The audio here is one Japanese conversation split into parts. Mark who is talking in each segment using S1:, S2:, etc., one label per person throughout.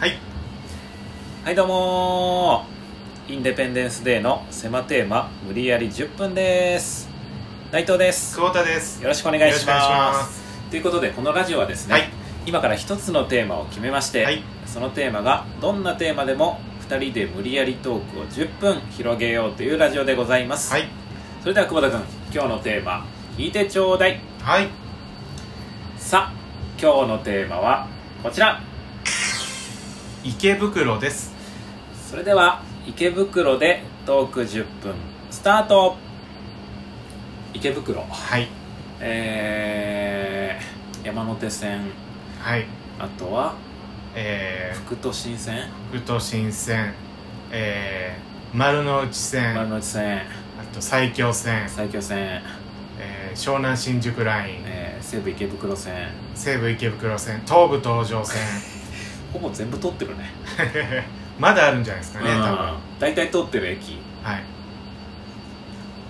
S1: はい
S2: はいどうもーインデペンデンスデーの狭テーマ無理やり10分です内藤です
S1: 久保田です
S2: よろしくお願いし
S1: よろしくお願いし
S2: ま
S1: ます
S2: ということでこのラジオはですね、
S1: はい
S2: 今から一つのテーマを決めまして、
S1: はい
S2: そのテーマがどんなテーマでも2人で無理やりトークを10分広げようというラジオでございます、
S1: はい
S2: それでは久保田君今日のテーマ聞いてちょうだい
S1: はい
S2: さあ今日のテーマはこちら
S1: 池袋です
S2: それでは池袋でトーク10分スタート池袋
S1: はい
S2: えー、山手線
S1: はい
S2: あとは
S1: え
S2: 福都新線
S1: ー、宇都新線えー、丸の内線
S2: 丸
S1: あ
S2: の内線
S1: と埼京線、
S2: 埼京線、
S1: えー、湘南新宿ライン、
S2: えー、西武池袋線
S1: 西武池袋線東武東上線
S2: ほぼ全部通ってるね
S1: まだあるんじゃないですかね多分は
S2: うん大体通ってる駅
S1: い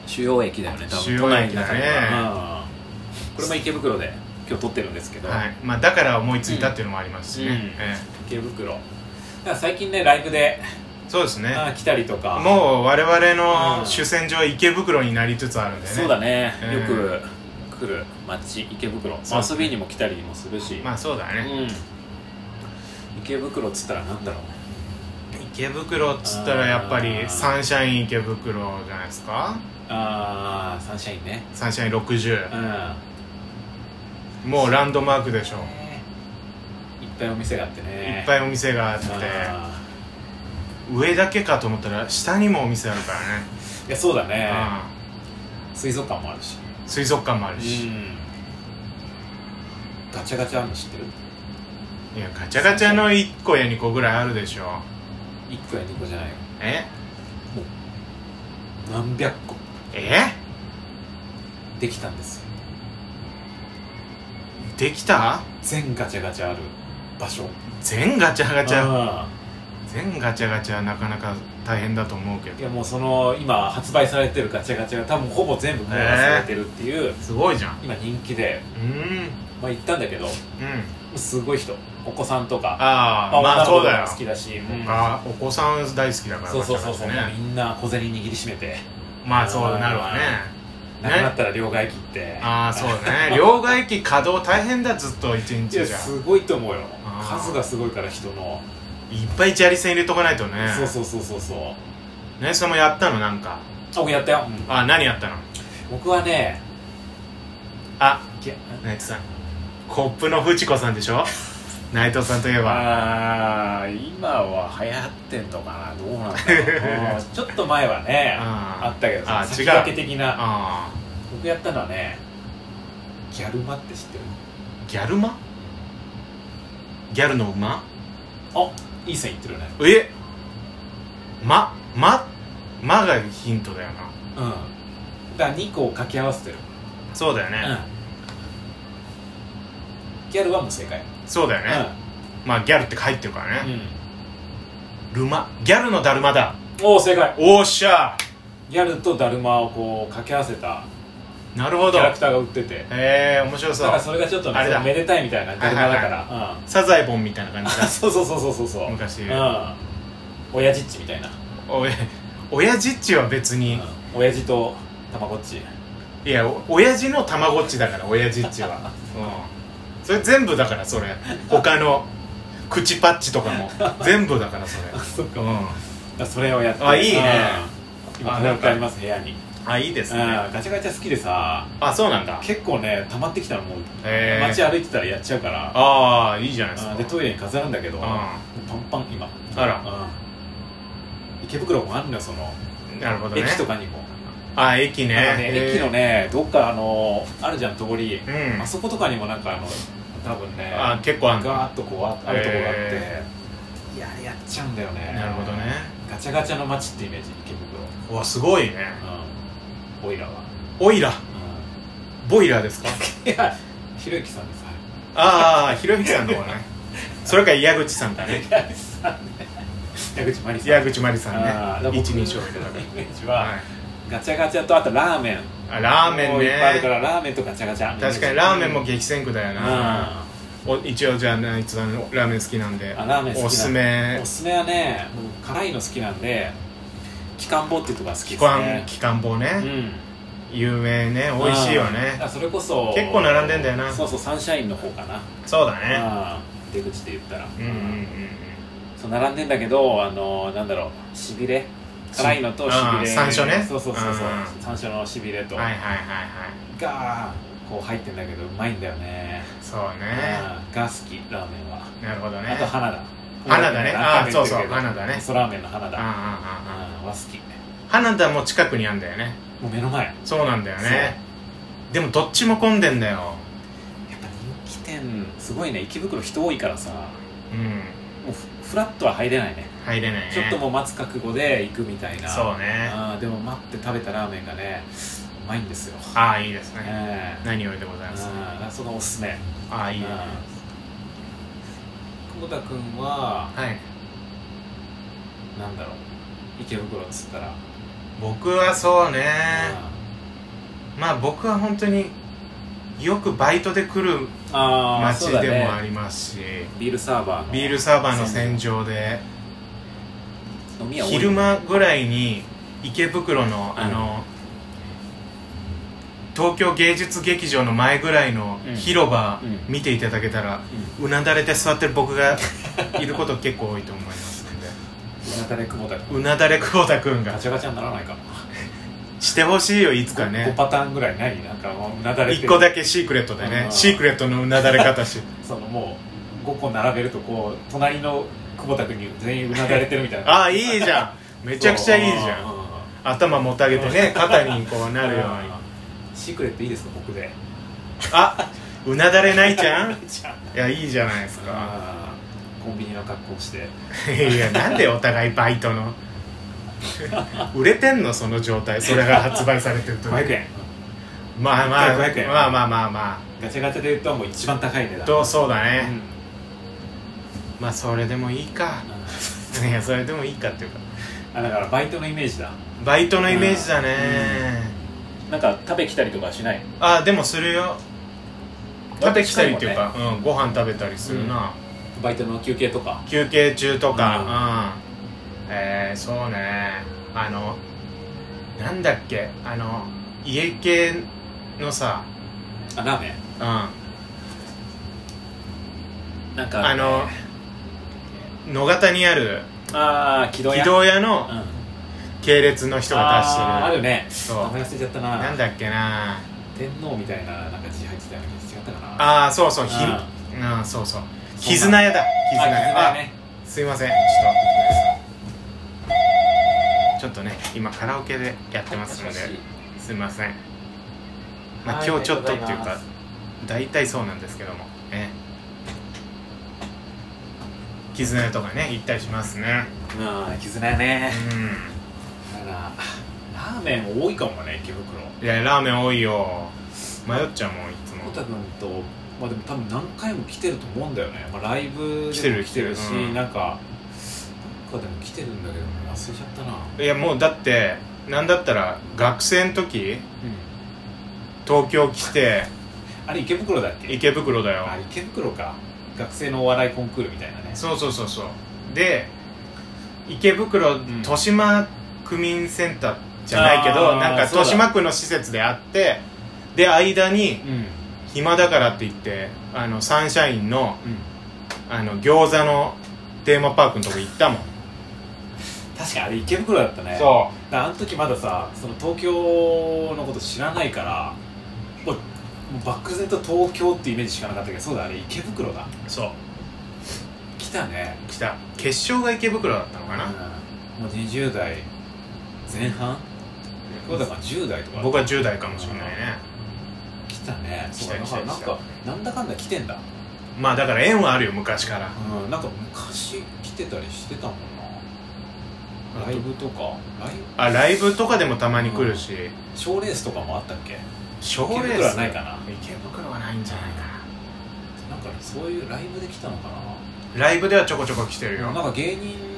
S2: 主要駅だよね多分
S1: 主要駅だ
S2: 都内
S1: ね
S2: の中にはうんこれも池袋で今日撮ってるんですけど、
S1: はいまあ、だから思いついたっていうのもありますしね、
S2: うん
S1: え
S2: 池袋だから最近ねライブで、
S1: ーそうですね
S2: あー来たりとか
S1: もう我々
S2: うん
S1: の主戦場は池袋になりつつあるんでね
S2: そうだね、
S1: うん
S2: よく来る街池袋、
S1: そうです
S2: 遊
S1: ね
S2: びにも来たりもするし、
S1: まあそうだね、
S2: うん、池袋っつったらなんだろう
S1: 池袋っつったらやっぱ
S2: あー
S1: りサンシャイン池袋じゃないですか
S2: あーサンシャインね
S1: サンシャイン
S2: う
S1: 60
S2: ん
S1: もうランドマークでしょ
S2: いっぱいお店があってね
S1: いっぱ
S2: い
S1: いお店があって上だけかと思ったら下にもお店あるからね、
S2: いやそうだね、水族館もあるし、
S1: うん水族館もあるし、
S2: ガチャガチャあるの知ってる
S1: いやガチャガチャの1個や2個ぐらいあるでしょ
S2: 1個や2個じゃないよ
S1: え
S2: 何百個
S1: え
S2: できたんですよ
S1: できた
S2: 全ガチャガチャある場所
S1: 全ガチャガチャ
S2: あ
S1: 全ガチャガチャはなかなか大変だと思うけ
S2: ーい
S1: ど
S2: やもうその今発売されてるガチャガチャが多分ほぼ全部網羅されてるっていう、
S1: すごいじゃん
S2: 今人気で
S1: うん
S2: まあ行ったんだけど
S1: うん
S2: すごい人お子さんとか
S1: あ
S2: ま
S1: あまあそう
S2: 女
S1: だ
S2: の
S1: よ
S2: 子も好きだし、うん
S1: あお子さん大好きだから
S2: そうそうそうそう、
S1: ガチャガチャね
S2: みんな小銭握りしめて
S1: まあそうなるわね
S2: なくなったら両替切って
S1: ああそうだね両替機稼働大変だずっと一
S2: いや
S1: 日じゃ
S2: すごいと思うよ
S1: あー
S2: 数がすごいから人の、
S1: いっぱい砂利線入れとかないとね
S2: そうそうそうそうそうあ
S1: ねそれもやったのなんか
S2: 僕やったよ、うん
S1: あ何やったの
S2: 僕はね
S1: あ
S2: いや
S1: 内藤さんコップのフチコさんで しょ内藤さんといえば
S2: あー今は流行ってんのかなどうなんだろう ちょっと前はね
S1: あー
S2: あったけど
S1: あ
S2: さ
S1: ー
S2: 先
S1: 違う
S2: 駆け的な
S1: あ
S2: 僕やったのはねギャルマって知ってる
S1: ーギャルマギャルの馬
S2: あいい線いってるね
S1: えまままがヒントだよな
S2: うんだから2個を掛け合わせてる、
S1: そうだよね、
S2: ギャルはもう正解、ね、
S1: そうだよ
S2: う
S1: ね、まあギャルって入ってるからね、
S2: ん、うん、
S1: ルマギャルのだるまだ
S2: おお正解
S1: おっしゃ
S2: ギャルとだるまをこう掛け合わせた
S1: なるほ
S2: キ
S1: ど
S2: ャラク
S1: へ
S2: ターが売ってて
S1: え面白
S2: だ
S1: そ
S2: から
S1: う
S2: それがちょっとね
S1: あれだ
S2: そのめでたいみたいなだるまだから、うん
S1: サザエボンみたいな感じ
S2: あ
S1: だ
S2: そうそうそうそうそうそう
S1: 昔
S2: うん親父っちみたいな、
S1: おえ親父っちは別
S2: う
S1: に
S2: ん、親父とたまごっち
S1: いやお親父のたまごっちだから親父っちはうんそれ全部だからそれ他の口パッチと かも全部だからそれ
S2: そっか
S1: うん
S2: それをやって
S1: あいいね
S2: うん今
S1: あ
S2: 飾ってあります部屋に
S1: あいいです
S2: うん
S1: ね
S2: ガチャガチャ好きでさ
S1: あそうなんだ
S2: 結構ね溜まってきたらもう
S1: へー
S2: 街歩いてたらやっちゃうから
S1: ああいいじゃないです
S2: う
S1: か
S2: んでトイレに飾るんだけど
S1: う
S2: パ
S1: ん
S2: ンパン今
S1: あ
S2: う
S1: ら
S2: ん池袋もあるのよその
S1: なるほどね
S2: 駅とかにも
S1: あ駅ね
S2: なんかね
S1: へー
S2: 駅のねどっかあのあるじゃん通り
S1: うん
S2: あそことかにもなんかあの多分ね
S1: あ結構あんの
S2: ガーッとこうああるとこがあって
S1: へ
S2: いややっちゃうんだよね
S1: なるほどね
S2: ガチャガチャの街ってイメージ池袋
S1: うわすごいね
S2: うんオイラは
S1: オイラボイラーですか
S2: いやひろゆきさんですはい
S1: ああひろゆきさんの方ねそれか矢口さんだね
S2: 矢口さんね矢口まりさん
S1: 矢口まりさ
S2: あー
S1: んね一人称
S2: 僕
S1: で
S2: の
S1: だか
S2: イメージ
S1: ら、
S2: は、
S1: はい、
S2: ガチャガチャとあとラーメン
S1: あラーメン
S2: もういっぱいあるか
S1: ね
S2: らラーメンとガチャガチャ
S1: 確かにラーメンも激戦区だよ
S2: うん
S1: なお一応じゃあナイツさんのラーメン好きなんで
S2: あラーメン好きなんで
S1: おすすめ
S2: おすすめはねもう辛いの好きなんできかんぼっていうとこが好きで
S1: き
S2: す
S1: かん
S2: ね
S1: きかんぼ
S2: う
S1: ね、
S2: ん
S1: 有名ね美味しいよね
S2: あそれこそ
S1: 結構並んでんだよな
S2: そうそうサンシャインの方かな
S1: そうだね
S2: あー出口で言ったら、
S1: うんうんうんうん
S2: そう並んでんだけどあのなんだろうしびれ辛いのとしびれ
S1: あー山椒ね
S2: そうそうそうそう
S1: あ
S2: 山椒のしびれと、
S1: はいはいはいはい
S2: がこう入ってんだけどうまいんだよね、
S1: そうね
S2: あーが好きラーメンは、
S1: なるほどね
S2: あと花田
S1: 花田ねあーそうそう
S2: ラーメン言ってるけど
S1: 花田ね
S2: 味噌ラーメンの花
S1: あ
S2: 田
S1: あ
S2: あ
S1: ああああ
S2: ーは好き
S1: 花田も近くにあんだよね
S2: もう目の前やっ
S1: そうなんだよねでもどっちも混んでんだよ
S2: ぱ人気店すごいね池袋人多いからさ
S1: うん
S2: もうフフラットは入れないね
S1: 入れないね
S2: ちょっともう待つ覚悟で行くみたいな
S1: そうね
S2: あーでも待って食べたラーメンがねうまいんですよ
S1: ああいいですね
S2: ええ
S1: 何よりでございます
S2: あーそのおすすめ
S1: ああいいね
S2: うん久保田君は
S1: はい
S2: なんだろう池袋っつったら、
S1: 僕はそうね
S2: あ
S1: まあ僕は本当によくバイトで来る
S2: あー
S1: 街
S2: そうだ
S1: でもあ
S2: ね
S1: りますし、
S2: ビールサーバーの
S1: ビールサーバーの戦場で
S2: 飲み屋多い
S1: 昼間ぐらいに池袋のあの、東京芸術劇場の前ぐらいの
S2: うん
S1: 広場
S2: うん
S1: 見ていただけたら、うなだれて座ってる僕がいること結構多いと思いますんで
S2: うなだれ久保田君
S1: うなだれ久保田君
S2: ガ
S1: が
S2: チャガチャにならないかな
S1: してほしいよいつか
S2: 5
S1: ね
S2: パターンぐらいないなんかもううなだれ
S1: 一個
S2: で
S1: だけシークレットでね
S2: うん
S1: シークレットのうなだれ方し
S2: そのもう5個並べるとこう隣の久保田君に全員うなだれてるみたいな
S1: ああいいじゃんめちゃくちゃいいじゃ
S2: ん
S1: ん頭もたげてね肩にこうなるように
S2: シークレットいいですか僕で
S1: あうなだれないちゃんい
S2: じゃ
S1: やいいじゃないですか
S2: あコンビニの格好をして
S1: いやなんでお互いバイトの売れてんのその状態それが発売されてると
S2: 500円
S1: まあまあ
S2: 500円
S1: まあまあまあま
S2: ガチャガチャで言うともう一番高い値
S1: あ
S2: 段
S1: どうそうだ
S2: う
S1: ね、
S2: ん
S1: まあそれでもいいかいやそれでもいいかっていうか
S2: あだからバイトのイメージだ
S1: バイトのイメージだね、
S2: なんか食べ来たりとかしない
S1: あでもするよ食べきたりっていう
S2: バイ
S1: か、うん、ご飯食べたりするな、
S2: バイトの休憩とか
S1: 休憩中とか、うんえー、そうねあのなんだっけあの家系のさ、
S2: あラーメ
S1: うん、あ
S2: ンなんか
S1: の野方にある
S2: ああ軌道
S1: 木
S2: 屋
S1: 戸屋
S2: うん
S1: の系列の人が出してる
S2: あーあるね
S1: そう
S2: 名前忘れちゃったな
S1: なんだっけな
S2: 天皇みたいななんか字入ってたような気が違ったかな
S1: ああそうそうひ
S2: あ
S1: うんそうそう絆屋だ絆
S2: 絆
S1: 屋
S2: 屋ね
S1: あすいませんちょっとちょっとね今カラオケでやってますのでですいません、まあ、
S2: はい
S1: 今日ちょっとっ
S2: あ
S1: て
S2: り
S1: いう
S2: がとうござい
S1: か
S2: ます
S1: 大体そうなんですけどもええ絆とかね行ったりしますね
S2: うん絆屋ね
S1: う
S2: だからラーメン多いかもね池袋
S1: んいやラーメン多いよ迷っちゃうもんいつも
S2: コタ君とまあでも多分何回も来てると思うんだよね、まあ、ライブ
S1: 来て
S2: でも
S1: る
S2: 来てる
S1: 来
S2: して
S1: るうん
S2: なんかなんかでも来てるんだけど忘れちゃったな、
S1: いやもうだってなんだったら学生の時
S2: うん、
S1: 東京来て
S2: あれ池袋だっけ
S1: 池袋だよ
S2: あ池袋か学生のお笑いコンクールみたいなね
S1: そうそうそうそうで池袋
S2: ん
S1: 豊島区民センターじゃないけど
S2: あー
S1: なんか
S2: そうだ
S1: 豊島区の施設であってで間に
S2: うんうん
S1: 暇だからって言ってあのサンシャインのあの餃子のテーマパークのとこ行ったもん
S2: 確かにあれ池袋だったねう
S1: そ
S2: あの時まださその東京のこと知らないからもうもう漠然と東京ってイメージしかなかったけどそうだあれ池袋だ
S1: うそ
S2: 来たね
S1: う来た決勝が池袋だったのかな、
S2: うんもう20代前半そうだから10代とか
S1: 僕は10代かもしれないね
S2: 来たね
S1: 来
S2: そう
S1: た
S2: だ
S1: 来た
S2: からなん
S1: 来た
S2: かなんだかんだ来てんだ
S1: まあだから縁はあるよ昔から
S2: うんなんか昔来てたりしてたもんなライブとかライブ
S1: あライブとかでもたまに来るし
S2: 賞レースとかもあったっけ
S1: 賞
S2: 池袋はないかな
S1: 池袋はないんじゃないか
S2: なんかそういうライブで来たのか
S1: なライブではちょこちょこ来てるよ
S2: ななんか芸人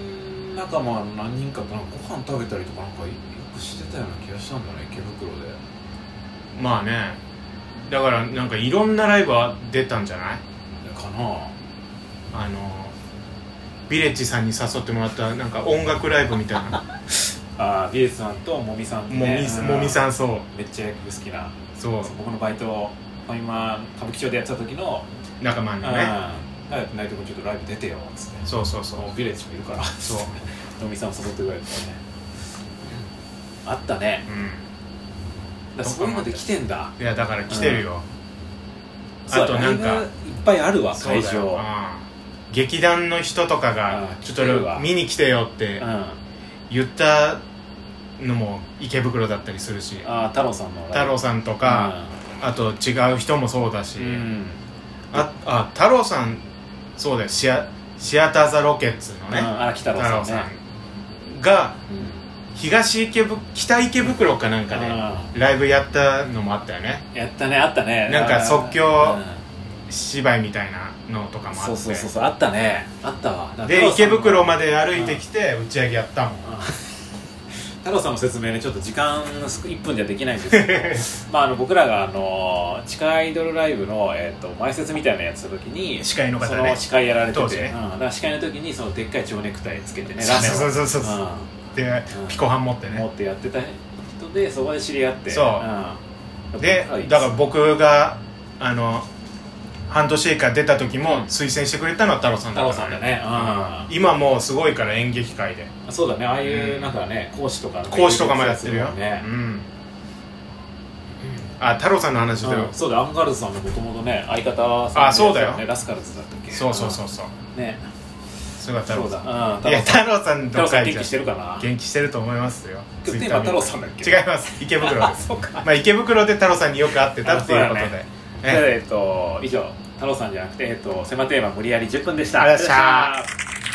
S2: 仲間何人かとなんかご飯食べたりとかなんかよくしてたような気がしたんだね池袋で
S1: まあねだからなんかいろんなライブは出たんじゃない
S2: か
S1: のあのビレッジさんに誘ってもらったなんか音楽ライブみた いな
S2: ああビエスさんともみさんと
S1: もみ
S2: ね
S1: す
S2: う
S1: もみさんそう
S2: めっちゃ野球好きな
S1: そ
S2: 僕のバイトを今歌舞伎町でやってた時の
S1: う仲間
S2: うん
S1: にね
S2: 早くないとこちょっとライブ出てよっつって
S1: そうそうそう
S2: もうビレッジもいるから
S1: そう
S2: のみさんを誘ってくれるからねあったね
S1: う
S2: だからそういうので来てんだ
S1: んいやだから来てるよ、
S2: そう
S1: あとなんか
S2: ライブいっぱいあるわ
S1: そう
S2: 会
S1: だよ
S2: 場
S1: うん劇団の人とかが
S2: うん
S1: ち
S2: 来
S1: ょっ
S2: てる
S1: と
S2: わ
S1: 見に来てよって
S2: うんあ
S1: 言ったのも池袋だったりするし
S2: あ太郎さんの
S1: 太郎
S2: さん
S1: さんとか、あと違う人もそうだし、
S2: うん
S1: ああ太郎さんそうだよシアシアター・ザ・ロケッツの
S2: うん
S1: ね、
S2: あら北
S1: 太
S2: 郎
S1: 郎
S2: さん
S1: さ
S2: ね
S1: んが
S2: うん
S1: 東池袋北池袋かなんかで、ライブやったのもあったよね
S2: うんやったねあったね
S1: なんか即興
S2: うん
S1: 芝居みたいなのとかもあっ
S2: そ
S1: て
S2: うそうそうそうあったねあったわだから
S1: で池袋ま
S2: で
S1: で歩いてきて打ち上げやったもん
S2: 太郎さんの説明ねちょっと時間1分じゃできないん ですけどまああの僕らがあの地下アイドルライブの、えー、と前説みたいなのやってた時に
S1: 司会の方
S2: そ
S1: ね
S2: の司会やられて
S1: 当
S2: て、
S1: 時ね
S2: うん、だから司会の時にそのでっかい蝶ネクタイつけてね
S1: そう
S2: ラメを
S1: そうそうそうそう
S2: う
S1: で
S2: うん
S1: ピコハン持って
S2: ん持
S1: ね
S2: ってやってた人でそこで知り合って
S1: そうんで
S2: 僕らいい
S1: だから僕があの半年以下出た時も推薦してくれたのは太郎さん
S2: 太
S1: だ
S2: 郎
S1: か
S2: さ
S1: ら
S2: んだね、うん
S1: 今もうすごいから演劇界で
S2: そうだねああいううんなんかね講師とか
S1: 講師とかもやってるよ、
S2: ね
S1: うんあ太郎さんの話だよ
S2: うん、そうだアンガールズさんももともとね相方さん
S1: あそうだよ
S2: ねラスカルズだったっけ
S1: そうそうそうそう
S2: うんね
S1: それが太
S2: そ
S1: 郎
S2: うだ
S1: さ
S2: うん
S1: んいや
S2: 太郎さん
S1: 太郎さん
S2: 太郎
S1: と
S2: さ
S1: か
S2: ん元気してるかな
S1: 元気してると思いますよ
S2: でも
S1: Twitter
S2: テー
S1: 見
S2: マ
S1: て
S2: 太郎さんだっけ
S1: 違います池袋
S2: あ
S1: です
S2: そうか
S1: まあ池袋で太郎さんによく会ってたっていうこと
S2: あそ
S1: で
S2: うだね
S1: ええ
S2: でえっと以上太郎さんじゃなくてえっと狭テーマ無理やり10分でした
S1: ありがとうございました
S2: ありがとうございました